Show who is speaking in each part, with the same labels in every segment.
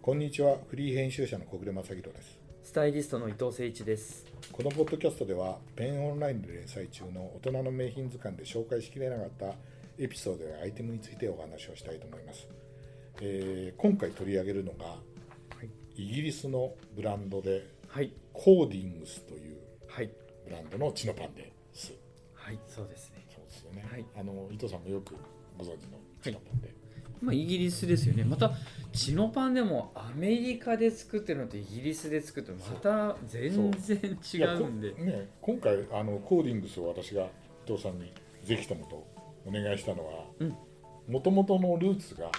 Speaker 1: こんにちは、フリー編集者の小暮正弘です。
Speaker 2: スタイリストの伊藤誠一です。
Speaker 1: このポッドキャストでは、ペンオンラインで連載中の大人の名品図鑑で紹介しきれなかったエピソードやアイテムについてお話をしたいと思います。えー今回取り上げるのが、
Speaker 2: はい、
Speaker 1: イギリスのブランドで、
Speaker 2: はい、
Speaker 1: コーディングスという
Speaker 2: はい、
Speaker 1: ブランドのチノパンです。
Speaker 2: はい、そうですね。
Speaker 1: そうですよね。
Speaker 2: はい
Speaker 1: あの伊藤さんもよくご存知のチノパンで。
Speaker 2: まあ、イギリスですよね。また、チノパンでもアメリカで作ってるのとイギリスで作ってるの、また全然違うんで
Speaker 1: いや。こね、今回あのコーディングスを私が伊藤さんにぜひともとお願いしたのは
Speaker 2: うん
Speaker 1: もともとのルーツが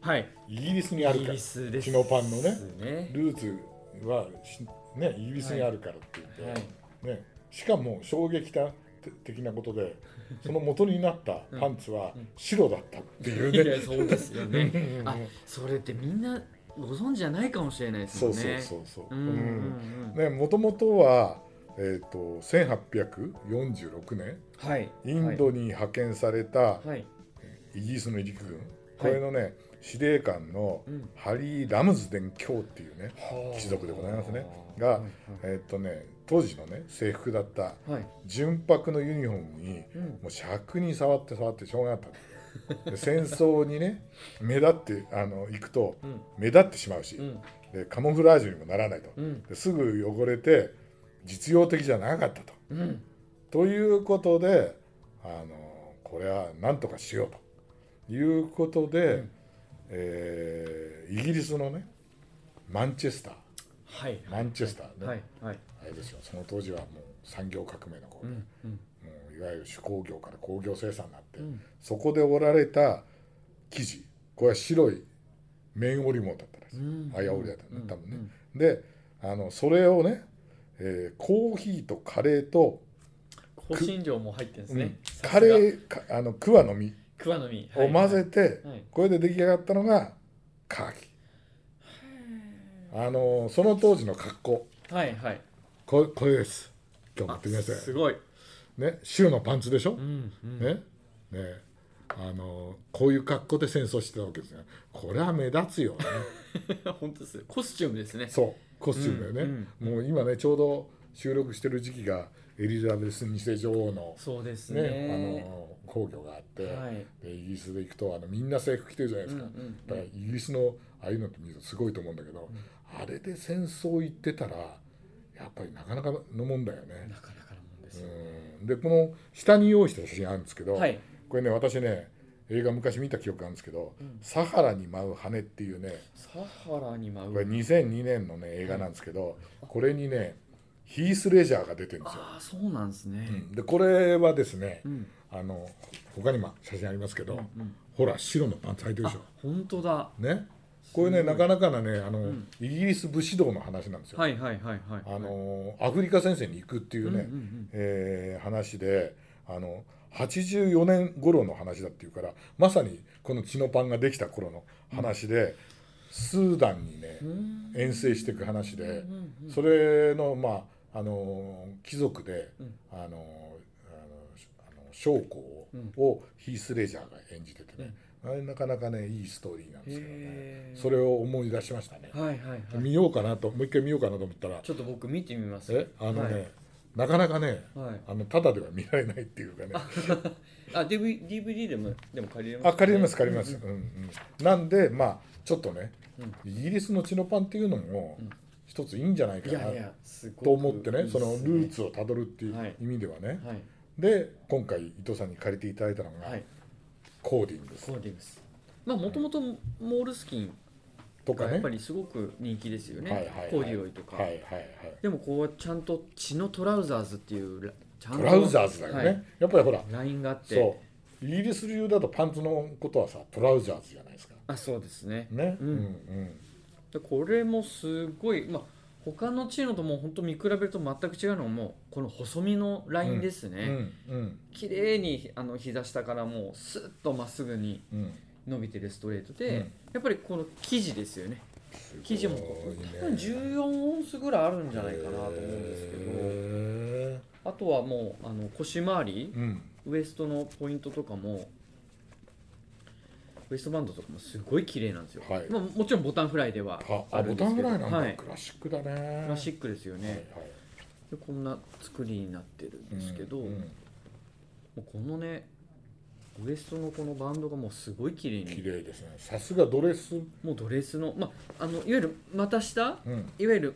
Speaker 2: はい、
Speaker 1: イギリスにあ
Speaker 2: イ
Speaker 1: る
Speaker 2: ギ
Speaker 1: から
Speaker 2: リスです。
Speaker 1: チノパンのね
Speaker 2: ね。
Speaker 1: ルーツはし、ね、イギリスにあるからって言って、
Speaker 2: はい、
Speaker 1: ね、しかも衝撃的的なこと でその元になったパンツは
Speaker 2: うん
Speaker 1: 白だったっていう
Speaker 2: い
Speaker 1: ね。
Speaker 2: や、そうですよね。
Speaker 1: うん
Speaker 2: あ、それってみんなご存知じゃないかもしれないです
Speaker 1: そ
Speaker 2: も
Speaker 1: うんそう
Speaker 2: ね。
Speaker 1: そうそう。
Speaker 2: うん、うん、うん。
Speaker 1: ね、もともとは、えー、と1846年
Speaker 2: はい。
Speaker 1: インドに派遣された
Speaker 2: はい。
Speaker 1: イギリスの陸軍、これのね司令官の
Speaker 2: うん
Speaker 1: ハリー・ラムズデン卿っていうね、
Speaker 2: はあ
Speaker 1: 貴族でございますねが
Speaker 2: はい
Speaker 1: えっとね当時のね制服だった
Speaker 2: はい。はい。
Speaker 1: 純白のユニフォームに
Speaker 2: うん。
Speaker 1: もう尺に触って触ってしょうがなかったで戦争にね目立ってあの行くと
Speaker 2: うん。
Speaker 1: 目立ってしまうし、
Speaker 2: うん。
Speaker 1: でカモフラージュにもならないと
Speaker 2: うん。
Speaker 1: ですぐ汚れて実用的じゃなかったと。
Speaker 2: うん。
Speaker 1: ということであのこれは何とかしようということで、
Speaker 2: うん
Speaker 1: えーイギリスのねマンチェスター
Speaker 2: はい。
Speaker 1: マンチェスターね、
Speaker 2: はい。はい。
Speaker 1: あれですよその当時はもう産業革命の頃
Speaker 2: う
Speaker 1: で、
Speaker 2: ん。うん。
Speaker 1: もういわゆる手工業から工業生産になって、
Speaker 2: うん
Speaker 1: そこで織られた生地これは白い綿織物だったんです、
Speaker 2: うん
Speaker 1: 綾織だったね、
Speaker 2: うん
Speaker 1: 多分ね、
Speaker 2: うん
Speaker 1: であのそれをね、えーコーヒーとカレーと
Speaker 2: 香辛料も入ってるんですね。
Speaker 1: うん、カレ
Speaker 2: ー。
Speaker 1: ーかあの桑の実
Speaker 2: 桑の実。は
Speaker 1: を
Speaker 2: い
Speaker 1: 混ぜて、
Speaker 2: はい。
Speaker 1: これで出来上がったのがカーキあのその当時の格好
Speaker 2: はい。はい。
Speaker 1: これこれです今日持
Speaker 2: あ
Speaker 1: ってきました
Speaker 2: す
Speaker 1: よ
Speaker 2: ごい。
Speaker 1: ね白のパンツでしょ、
Speaker 2: うん。うん
Speaker 1: ねねあのこういう格好で戦争してたわけですねこれは目立つよ ね
Speaker 2: 本当ですよ。コスチュームですね。
Speaker 1: そうコスチュームだよね、もう今ねちょうど収録してる時期がエリザベス2世女王の
Speaker 2: そうです
Speaker 1: ね
Speaker 2: ね。
Speaker 1: あの崩御があって、
Speaker 2: はい。
Speaker 1: でイギリスで行くとあのみんな制服着てるじゃないですか、
Speaker 2: うんうんうん
Speaker 1: だからイギリスのああいうのって見るとすごいと思うんだけど、あれで戦争行ってたらやっぱりなかなかのもんだよね
Speaker 2: な、かなかのもんですよ。
Speaker 1: うん、でこの下に用意した写真あるんですけど、
Speaker 2: はい。
Speaker 1: これね私ね映画昔見た記憶があるんですけど「
Speaker 2: うん
Speaker 1: サハラに舞う羽」っていうね
Speaker 2: サハラに舞
Speaker 1: これ
Speaker 2: う。
Speaker 1: 2002年のね映画なんですけど、これにねヒース・レジャーが出てるんですよ。
Speaker 2: ああ、そうなんです
Speaker 1: う
Speaker 2: ね。
Speaker 1: んでこれはですね
Speaker 2: うん。
Speaker 1: あの他にも写真ありますけど、
Speaker 2: うん。
Speaker 1: ほら白のパンツ履いてるでしょ
Speaker 2: あ。、本当だ。
Speaker 1: ね、これね
Speaker 2: すご
Speaker 1: ないかなかなねあの、
Speaker 2: うん
Speaker 1: イギリス武士道の話なんですよ、
Speaker 2: はいはいはいはい。
Speaker 1: あのアフリカ戦線に行くっていうね、
Speaker 2: うんうん
Speaker 1: えー話であの84年頃の話だっていうからまさにこのチノパンができた頃の話で、スーダンにね
Speaker 2: うん。うん
Speaker 1: 遠征していく話で、
Speaker 2: うんうんうん
Speaker 1: それのまああの貴族で、
Speaker 2: うん
Speaker 1: あのあのあの将校
Speaker 2: うん
Speaker 1: をヒース・レジャーが演じててね、あれなかなかねいいストーリーなんですけどね
Speaker 2: へー
Speaker 1: それを思い出しましたね、
Speaker 2: はいはいはい。
Speaker 1: 見ようかなともう一回見ようかなと思ったら
Speaker 2: ちょっと僕見てみます。
Speaker 1: えあのね、なかなかね
Speaker 2: はい。はい。
Speaker 1: あのただでは見られないっていうかね
Speaker 2: あ、DV DVD でもでも借りれます、
Speaker 1: あ借りれます借りれま
Speaker 2: う
Speaker 1: す、
Speaker 2: ん
Speaker 1: うんうんなんでまあちょっとね、
Speaker 2: う
Speaker 1: イギリスのチノパンっていうのも
Speaker 2: うん
Speaker 1: 一ついいんじゃない
Speaker 2: うん。
Speaker 1: か
Speaker 2: い
Speaker 1: な
Speaker 2: やいや、すごく
Speaker 1: と思ってね
Speaker 2: いいっす
Speaker 1: そのルーツをたどるっていう
Speaker 2: はい
Speaker 1: 意味ではね、
Speaker 2: はい
Speaker 1: で今回伊藤さんに借りていただいたのが、
Speaker 2: はい。
Speaker 1: コーディング
Speaker 2: コーディングス。まあもともとモールスキン
Speaker 1: とか
Speaker 2: がやっ
Speaker 1: ね
Speaker 2: ぱりすごく人気ですよね。
Speaker 1: はいはいはい
Speaker 2: コーディロイとか。
Speaker 1: はいはいはい
Speaker 2: でもこうちゃんと血のトラウザーズっていうらちゃんと
Speaker 1: トラウザーズだよね、
Speaker 2: はい
Speaker 1: やっぱりほら
Speaker 2: ラインがあって。
Speaker 1: そうイギリス流だとパンツのことはさトラウザーズじゃないですか
Speaker 2: あ、そうですね。
Speaker 1: ね
Speaker 2: うん
Speaker 1: うん
Speaker 2: でこれもすごいまあ。他のチームともう本当見比べると全く違うのもこの細身のラインですね、
Speaker 1: うんうんうん
Speaker 2: 綺麗にあの膝下からもうスッとまっすぐに
Speaker 1: うん
Speaker 2: 伸びてるストレートで、
Speaker 1: うん
Speaker 2: やっぱりこの生地ですよね生地も
Speaker 1: すごいね
Speaker 2: 多分14オンスぐらいあるんじゃないかなと思うんですけど
Speaker 1: へ
Speaker 2: あとはもうあの腰回り
Speaker 1: ーうん
Speaker 2: ウエストのポイントとかもウエストバンドとかもすごい綺麗なんですよ、
Speaker 1: はい
Speaker 2: まあもちろんボタンフライでは
Speaker 1: あ
Speaker 2: あ
Speaker 1: あボ
Speaker 2: るんで
Speaker 1: タ
Speaker 2: す
Speaker 1: ン
Speaker 2: け
Speaker 1: ぐ
Speaker 2: ど
Speaker 1: らいなんだ、
Speaker 2: はい
Speaker 1: クラシックだね
Speaker 2: ク
Speaker 1: ク
Speaker 2: ラシックですよね、
Speaker 1: はいはい
Speaker 2: でこんな作りになってるんですけ
Speaker 1: う
Speaker 2: ど、
Speaker 1: ん
Speaker 2: もうこのねウエストのこのバンドがもうすごい綺麗
Speaker 1: 綺
Speaker 2: に
Speaker 1: 麗ですねさすがドレス、
Speaker 2: もうドレスの,、まあ、あのいわゆる股下
Speaker 1: うん、
Speaker 2: いわゆる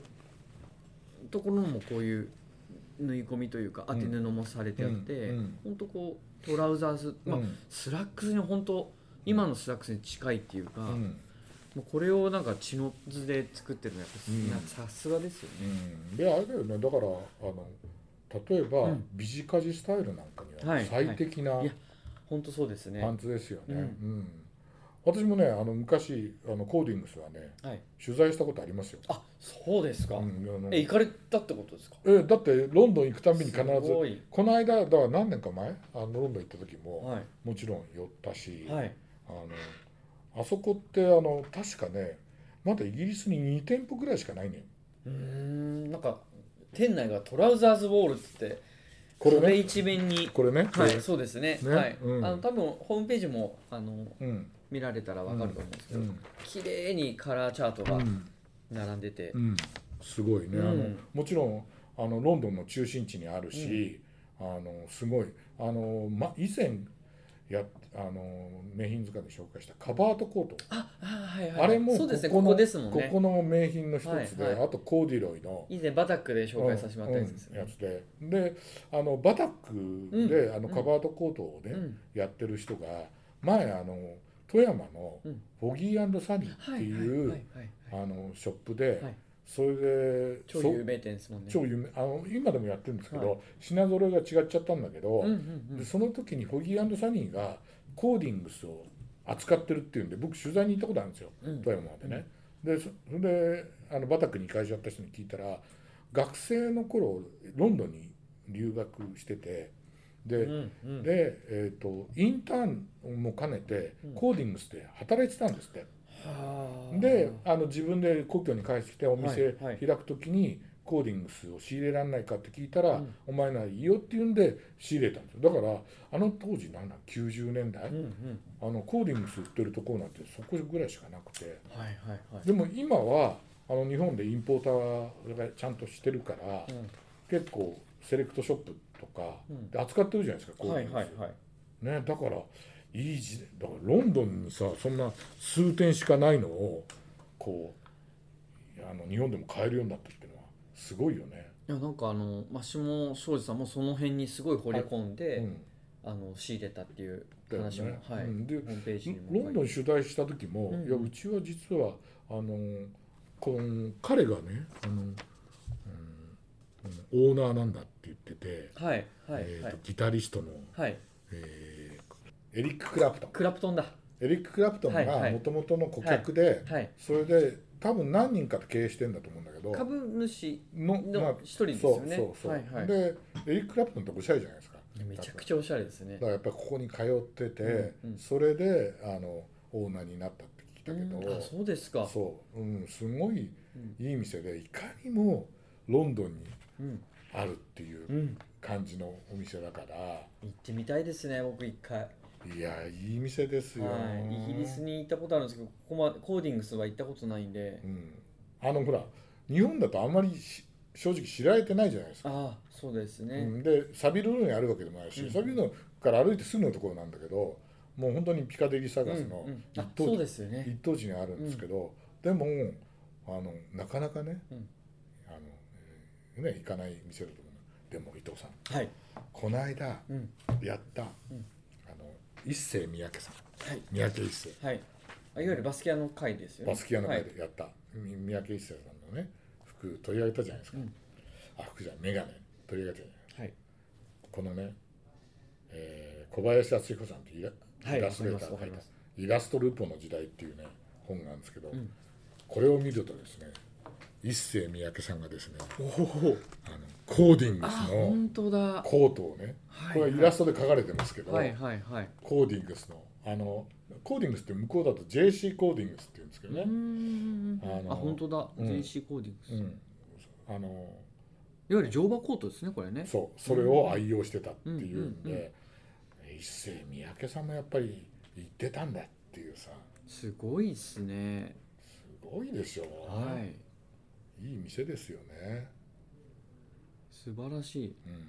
Speaker 2: ところもこういう縫い込みというか
Speaker 1: う
Speaker 2: 当
Speaker 1: ん
Speaker 2: て布もされてあって、
Speaker 1: うんうん
Speaker 2: ほんとこうトラウザース、まあ
Speaker 1: うん
Speaker 2: スラックスに本当今のスラックスに近いっていう
Speaker 1: う
Speaker 2: か、も
Speaker 1: ん
Speaker 2: うこれをなんか血の図で作ってるのはやっぱ、
Speaker 1: うん
Speaker 2: なさすがですよ
Speaker 1: う
Speaker 2: ね。
Speaker 1: ん、であれだよねだからあの例えば、
Speaker 2: うん
Speaker 1: ビジカジスタイルなんかに
Speaker 2: は
Speaker 1: はい最適な
Speaker 2: はいいや本当そうですね。
Speaker 1: パ
Speaker 2: は
Speaker 1: ンツですよね、
Speaker 2: うん
Speaker 1: うん私もねあの昔あのコーディングスはね
Speaker 2: い。
Speaker 1: 取材したことありますよ、
Speaker 2: あ、そうですか。
Speaker 1: うんあの
Speaker 2: え、行かれたってことですか。
Speaker 1: えだってロンドン行くために必ず
Speaker 2: すごい
Speaker 1: この間だから何年か前あのロンドン行った時も、
Speaker 2: は
Speaker 1: もちろん寄ったし、
Speaker 2: い。はい。
Speaker 1: あのあそこってあの確かねまだイギリスに2店舗ぐらいしかないのよ
Speaker 2: うーん、なんか。店内がトラウザーズウォールって言って。
Speaker 1: これね
Speaker 2: 一面に。
Speaker 1: これね、
Speaker 2: は
Speaker 1: こ
Speaker 2: い、そうですね。
Speaker 1: ね
Speaker 2: はい、
Speaker 1: うん
Speaker 2: あの、多分ホームページも、あの、
Speaker 1: れうん
Speaker 2: 見られたらわかると思うんですけ
Speaker 1: う
Speaker 2: ど。
Speaker 1: ん
Speaker 2: 綺麗にカラーチャート
Speaker 1: う
Speaker 2: が
Speaker 1: ん
Speaker 2: 並んでて
Speaker 1: う。んすごいね、あ
Speaker 2: う
Speaker 1: の
Speaker 2: ん
Speaker 1: もちろんあのロンドンの中心地にあるし、あのすごいあの、ま、以前やあの名品塚で紹介したカバートコート、
Speaker 2: あ、あ、はい、はい。
Speaker 1: あれも
Speaker 2: そうですね。
Speaker 1: こ
Speaker 2: こ
Speaker 1: の
Speaker 2: こですもんね
Speaker 1: こ。この名品の一つで、
Speaker 2: はいはい
Speaker 1: あとコーディロイの
Speaker 2: 以前バタックで紹介させてもらったやつですよ
Speaker 1: うんうん
Speaker 2: ね
Speaker 1: や。つでであのバタックで、あの
Speaker 2: うん
Speaker 1: カバートコートをね、
Speaker 2: うん
Speaker 1: やってる人が前あの富山の
Speaker 2: うん
Speaker 1: フォギーサニーって
Speaker 2: はい
Speaker 1: いう、
Speaker 2: はいはいはいはい
Speaker 1: あのショップで、
Speaker 2: はい
Speaker 1: それで
Speaker 2: 超
Speaker 1: そ
Speaker 2: 有名店ですもんね。
Speaker 1: 超有名あの今でもやってるんですけど、
Speaker 2: は
Speaker 1: 品揃えが違っちゃったんだけど、
Speaker 2: うんうんう
Speaker 1: で
Speaker 2: ん。
Speaker 1: その時にフォギーサニーがコーディングスを扱ってるっていうんで僕取材に行ったことあるんですよ、
Speaker 2: うん
Speaker 1: 富山までね。でそそれであのバタックに会社やった人に聞いたら学生の頃ロンドンに留学しててで、
Speaker 2: うんうん
Speaker 1: で、えー、とインターンも兼ねて
Speaker 2: うん
Speaker 1: コーディングスで働いてたんですって。
Speaker 2: はあ
Speaker 1: であの自分で故郷に帰ってきてお
Speaker 2: は
Speaker 1: 店
Speaker 2: いはい
Speaker 1: 開く時にコーディングスを仕入れられないかって聞いたら、
Speaker 2: うん
Speaker 1: お前ならいいよって言うんで仕入れたんですよだからあの当時なんだ90年代、
Speaker 2: うんうん
Speaker 1: あのコーディングス売ってるところなんてそこぐらいしかなくて
Speaker 2: はいはいはい
Speaker 1: でも今はあの日本でインポーターがちゃんとしてるから、
Speaker 2: うん
Speaker 1: 結構セレクトショップとか
Speaker 2: うん
Speaker 1: で扱ってるじゃないですかコー
Speaker 2: は
Speaker 1: ディ
Speaker 2: い
Speaker 1: ングス、
Speaker 2: はいはい
Speaker 1: ねだからいい時代だからロンドンにさそんな数点しかないのをこうあの日本でも買えるようになったっていうのはすごいよね。
Speaker 2: いやなんかあのマシモ庄司さんもその辺にすごい掘り込ん
Speaker 1: う
Speaker 2: で、
Speaker 1: ん
Speaker 2: あの仕入れたっていう
Speaker 1: だよね
Speaker 2: 話も、はい、
Speaker 1: うんで
Speaker 2: ホームページにも
Speaker 1: ロンドン取材した時も、
Speaker 2: うん
Speaker 1: いやうちは実はあのこの彼がねあの、うんうんオーナーなんだって言ってて、
Speaker 2: はいはい
Speaker 1: えー
Speaker 2: は
Speaker 1: と
Speaker 2: い
Speaker 1: ギタリストの、
Speaker 2: はい
Speaker 1: えーエリック・クラプトン
Speaker 2: クラプトンだ
Speaker 1: エリック・クラプトン
Speaker 2: はいは
Speaker 1: が
Speaker 2: い
Speaker 1: もともとの顧客で、
Speaker 2: はい
Speaker 1: それで多分何人かと経営してんだと思うんだけど
Speaker 2: 株主
Speaker 1: のまあ
Speaker 2: の一人です
Speaker 1: そ
Speaker 2: よ
Speaker 1: う
Speaker 2: ね、
Speaker 1: そうそう、
Speaker 2: はいはい
Speaker 1: でエリック・クラプトンっておしゃれじゃないですか
Speaker 2: いやめちゃくちゃおしゃれですね
Speaker 1: だからやっぱりここに通ってて、
Speaker 2: うんうん
Speaker 1: それであのオーナーになったって聞いたけど、
Speaker 2: うんあそうですか
Speaker 1: そう、うん、すごい
Speaker 2: うん
Speaker 1: いい店でいかにもロンドンに
Speaker 2: うん、
Speaker 1: あるっていう
Speaker 2: うん、
Speaker 1: 感じのお店だから
Speaker 2: 行ってみたいですね僕一回
Speaker 1: いやいい店ですよ、
Speaker 2: はい、イギリスに行ったことあるんですけどここまでコーディングスは行ったことないんで
Speaker 1: うん、あのほら日本だとあんまりし正直知られてないじゃないですか
Speaker 2: ああそうですね、
Speaker 1: うんでサビルールにあるわけでもないし、
Speaker 2: うん
Speaker 1: サビルールから歩いてすぐのところなんだけどもう本当にピカデリーサ
Speaker 2: う
Speaker 1: ガス
Speaker 2: ん
Speaker 1: の
Speaker 2: うん
Speaker 1: 一
Speaker 2: あ
Speaker 1: 等地,、
Speaker 2: そうですよね
Speaker 1: 一等地にあるんですけど、でもあのなかなかね,、
Speaker 2: うん
Speaker 1: あのえーね行かない店だと思うでも伊藤さん
Speaker 2: はい、
Speaker 1: この間
Speaker 2: うん、
Speaker 1: やった、
Speaker 2: うん
Speaker 1: あの一世三宅さん
Speaker 2: はい
Speaker 1: 三宅一世
Speaker 2: はいあいわゆるバスケ屋の会ですよね
Speaker 1: バスキアの
Speaker 2: は
Speaker 1: 会
Speaker 2: い
Speaker 1: でやった、み三宅一生さんのね服取り上げたじゃないですか、
Speaker 2: うん
Speaker 1: あ服じゃない眼鏡取り上げたじゃない
Speaker 2: はい
Speaker 1: このね、えー小林敦彦さんってイラ,、
Speaker 2: はい
Speaker 1: イラストレーター
Speaker 2: わ
Speaker 1: が
Speaker 2: か
Speaker 1: 書い
Speaker 2: り
Speaker 1: た
Speaker 2: ます
Speaker 1: 「イラストルポの時代」っていうね本があるんですけど、
Speaker 2: ん
Speaker 1: これを見るとですね一世三宅さんがですね
Speaker 2: おお
Speaker 1: あのコーディング
Speaker 2: あ
Speaker 1: スの
Speaker 2: 本当だは
Speaker 1: コートをね、
Speaker 2: はい
Speaker 1: これはイラストで書かれてますけ
Speaker 2: い
Speaker 1: ど、
Speaker 2: はいはい
Speaker 1: コーディングスのあのコーディングスって向こうだと JC コーディングスっていうんですけど
Speaker 2: う
Speaker 1: ね、
Speaker 2: ーん
Speaker 1: あの
Speaker 2: あ本当だ
Speaker 1: うん
Speaker 2: JC コーディングス、
Speaker 1: う
Speaker 2: いわ
Speaker 1: んあの
Speaker 2: ゆる乗馬コートですねこれね
Speaker 1: そうそれを愛用してたっていうん
Speaker 2: うんうん
Speaker 1: で、一世三宅さんもやっぱり言ってたんだっていういうさ
Speaker 2: すごいですね
Speaker 1: すごいでしょ
Speaker 2: はい
Speaker 1: いい店ですよね
Speaker 2: 素晴らしい
Speaker 1: うん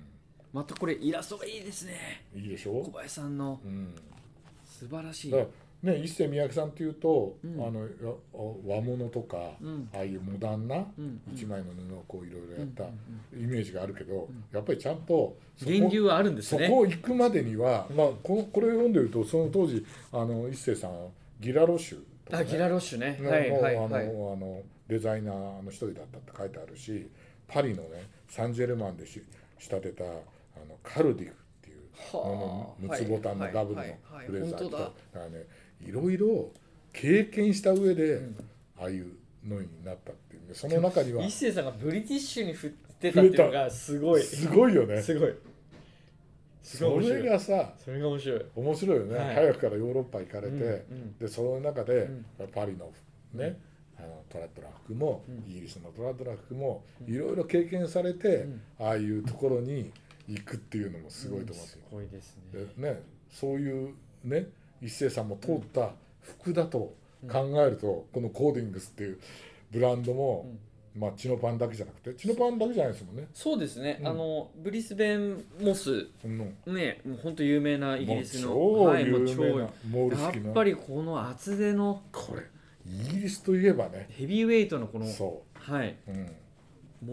Speaker 2: またこれイラストがいいですね
Speaker 1: いいでし
Speaker 2: 小
Speaker 1: ょ
Speaker 2: 林さんの
Speaker 1: うん
Speaker 2: 素晴らしい
Speaker 1: だからね一世三宅さんっていうと、
Speaker 2: うん
Speaker 1: あのや和物とか、
Speaker 2: うん
Speaker 1: ああいうモダンな
Speaker 2: うん
Speaker 1: 一枚の布をこういろいろやった
Speaker 2: うん
Speaker 1: イメージがあるけど、
Speaker 2: ん
Speaker 1: やっぱりちゃんとそこ
Speaker 2: 源流はあるんです
Speaker 1: そ
Speaker 2: ね
Speaker 1: こ行くまでには、まあ、ここれ読んでるとその当時あの一世さんギラロシュとか、
Speaker 2: あ
Speaker 1: ね、
Speaker 2: ギラロッシュね
Speaker 1: の
Speaker 2: はいはい
Speaker 1: もうあの
Speaker 2: はい
Speaker 1: あのデザイナーの一人だったって書いてあるしパリのねサンジェルマンでし仕立てたあのカルディフっていう
Speaker 2: はあ
Speaker 1: あの六つボタンのダブルの
Speaker 2: はいはいはい
Speaker 1: ブレザー着た
Speaker 2: 本当だ
Speaker 1: だからねいろいろ経験した上で、
Speaker 2: ん
Speaker 1: ああいうのになったっていうねその中には
Speaker 2: 一星さんがブリティッシュに振ってたっていうのがすごい
Speaker 1: すごいよね。
Speaker 2: すごいすご
Speaker 1: そ
Speaker 2: い面白
Speaker 1: れ
Speaker 2: い
Speaker 1: がさ
Speaker 2: それが面白い
Speaker 1: 面白いよね、
Speaker 2: はい
Speaker 1: 早くからヨーロッパ行かれて、
Speaker 2: うんうん
Speaker 1: でその中で、
Speaker 2: うん
Speaker 1: パリのね、あのトラッドラ服も、
Speaker 2: うん
Speaker 1: イギリスのトラッドラ服も、いろいろ経験されて、
Speaker 2: うん
Speaker 1: ああいうところに行くっていうのもすごいと思います
Speaker 2: す
Speaker 1: よ、
Speaker 2: ごいですね
Speaker 1: でねそういうね一星さんも通った服だと考えると、このコーディングスっていうブランドも、まあチノパンだけじゃなくてチノパンだけじゃないですもんね。
Speaker 2: そうですね、
Speaker 1: うん
Speaker 2: あのブリスベンモス
Speaker 1: うん
Speaker 2: ねもう本当有名なイギリスの
Speaker 1: もう超有
Speaker 2: もう
Speaker 1: 名なモール
Speaker 2: や
Speaker 1: 式
Speaker 2: っ
Speaker 1: の
Speaker 2: ぱりこの厚手の
Speaker 1: これイギリスといえばね
Speaker 2: ヘビーウェイトのこの
Speaker 1: そ
Speaker 2: はい、
Speaker 1: う、うん、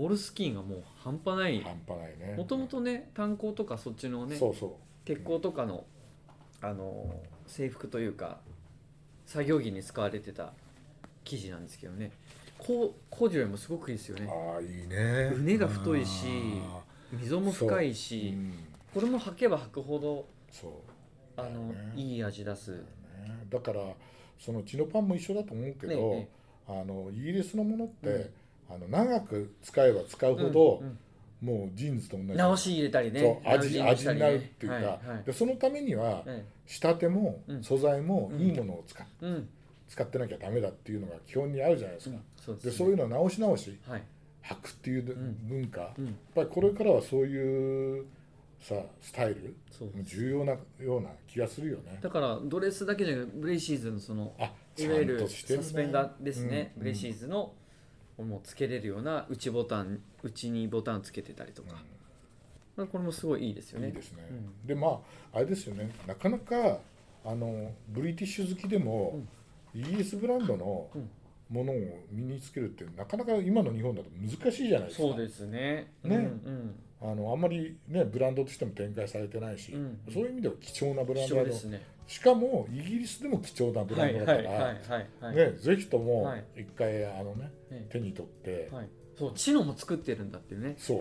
Speaker 2: モルスキンがもう半端ない
Speaker 1: 半端ないね
Speaker 2: もともとね炭鉱とかそっちのね
Speaker 1: そうそ
Speaker 2: 鉄鋼とかのあの制服というか作業着に使われてた生地なんですけどねこう工事よりもすごくいいですよ
Speaker 1: う
Speaker 2: ね
Speaker 1: ああいいね
Speaker 2: うねが太いし
Speaker 1: あ
Speaker 2: 溝も深い
Speaker 1: ーう
Speaker 2: し、
Speaker 1: ん、
Speaker 2: これも履けば履くほど
Speaker 1: そう
Speaker 2: あの、
Speaker 1: だよね
Speaker 2: いい味出す、
Speaker 1: ねだからそのチノパンも一緒だと思うけど、
Speaker 2: ね
Speaker 1: あのイギリスのものって、
Speaker 2: う
Speaker 1: あの長く使えば使うほど、
Speaker 2: うん
Speaker 1: もうジーンズと同
Speaker 2: う
Speaker 1: じ
Speaker 2: ん直し入れたりね
Speaker 1: そう味
Speaker 2: 直し
Speaker 1: 味
Speaker 2: 入
Speaker 1: にな
Speaker 2: れたり
Speaker 1: るっ
Speaker 2: ね
Speaker 1: ていうか、
Speaker 2: はいはい
Speaker 1: でそのためには
Speaker 2: え
Speaker 1: 仕立ても
Speaker 2: うん
Speaker 1: 素材も
Speaker 2: うん
Speaker 1: いいものを使,、
Speaker 2: えうん
Speaker 1: 使ってなきゃダメだっていうのが基本にあるじゃないですか、
Speaker 2: そうです、
Speaker 1: で
Speaker 2: ね、
Speaker 1: そういうのを直し直し
Speaker 2: はい、
Speaker 1: 履くっていう
Speaker 2: うん
Speaker 1: 文化、
Speaker 2: う
Speaker 1: やっ
Speaker 2: ん、
Speaker 1: ぱりこれからはそういうさスタイル
Speaker 2: そう
Speaker 1: も重要なような気がするよね。
Speaker 2: だからドレスだけじゃなくブレイシーズのその
Speaker 1: あ
Speaker 2: いわゆる
Speaker 1: ちゃんとして
Speaker 2: サ
Speaker 1: ね
Speaker 2: スペンダーですね、
Speaker 1: うん
Speaker 2: ブレイシーズのもうつけれるような内ボタン内にボタンつけてたりとか、まあこれもすごいいいですよ
Speaker 1: うん
Speaker 2: ね
Speaker 1: いいですね。
Speaker 2: うん
Speaker 1: でまああれですよねなかなかあのブリティッシュ好きでも、イギリスブランドの
Speaker 2: うん
Speaker 1: ものを身につけるってなかなか今の日本だと難しいじゃないですか。
Speaker 2: そうですね
Speaker 1: ね
Speaker 2: うん
Speaker 1: あのあんまりねブランドとしても展開されてないし、
Speaker 2: うん
Speaker 1: そういう意味では貴重なブ
Speaker 2: うん、
Speaker 1: ラン
Speaker 2: 貴
Speaker 1: ドだ
Speaker 2: 重
Speaker 1: と
Speaker 2: ですね
Speaker 1: しかもイギリスでも貴重なブラ
Speaker 2: は
Speaker 1: ン
Speaker 2: い
Speaker 1: ド
Speaker 2: は
Speaker 1: だ
Speaker 2: い
Speaker 1: か
Speaker 2: は
Speaker 1: ら、
Speaker 2: いはいはい、
Speaker 1: ね、ぜひとも
Speaker 2: はい
Speaker 1: 一回あのね、
Speaker 2: え
Speaker 1: 手に取って、
Speaker 2: えはい、そうチノも作ってるんだっていうね
Speaker 1: そう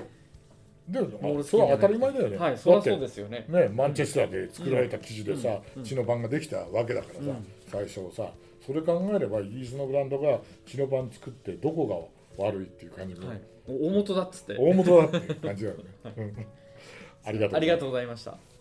Speaker 1: で
Speaker 2: モール
Speaker 1: あ
Speaker 2: ス
Speaker 1: そ
Speaker 2: キン
Speaker 1: れは当
Speaker 2: じゃなくて
Speaker 1: たり前だよね、
Speaker 2: はいそ
Speaker 1: だ
Speaker 2: りゃ
Speaker 1: って
Speaker 2: そうですよね
Speaker 1: ね、マンチェスターで作られた生地でさ、
Speaker 2: うん
Speaker 1: チノパンができたわけだからさ、
Speaker 2: うん
Speaker 1: 最初さそれ考えればイギリスのブランドがチノパン作ってどこが悪いっていう感じで、
Speaker 2: はい、お大元だっつって
Speaker 1: 大元だっていう感じだよね、うんありがとうございます
Speaker 2: ありがとうございました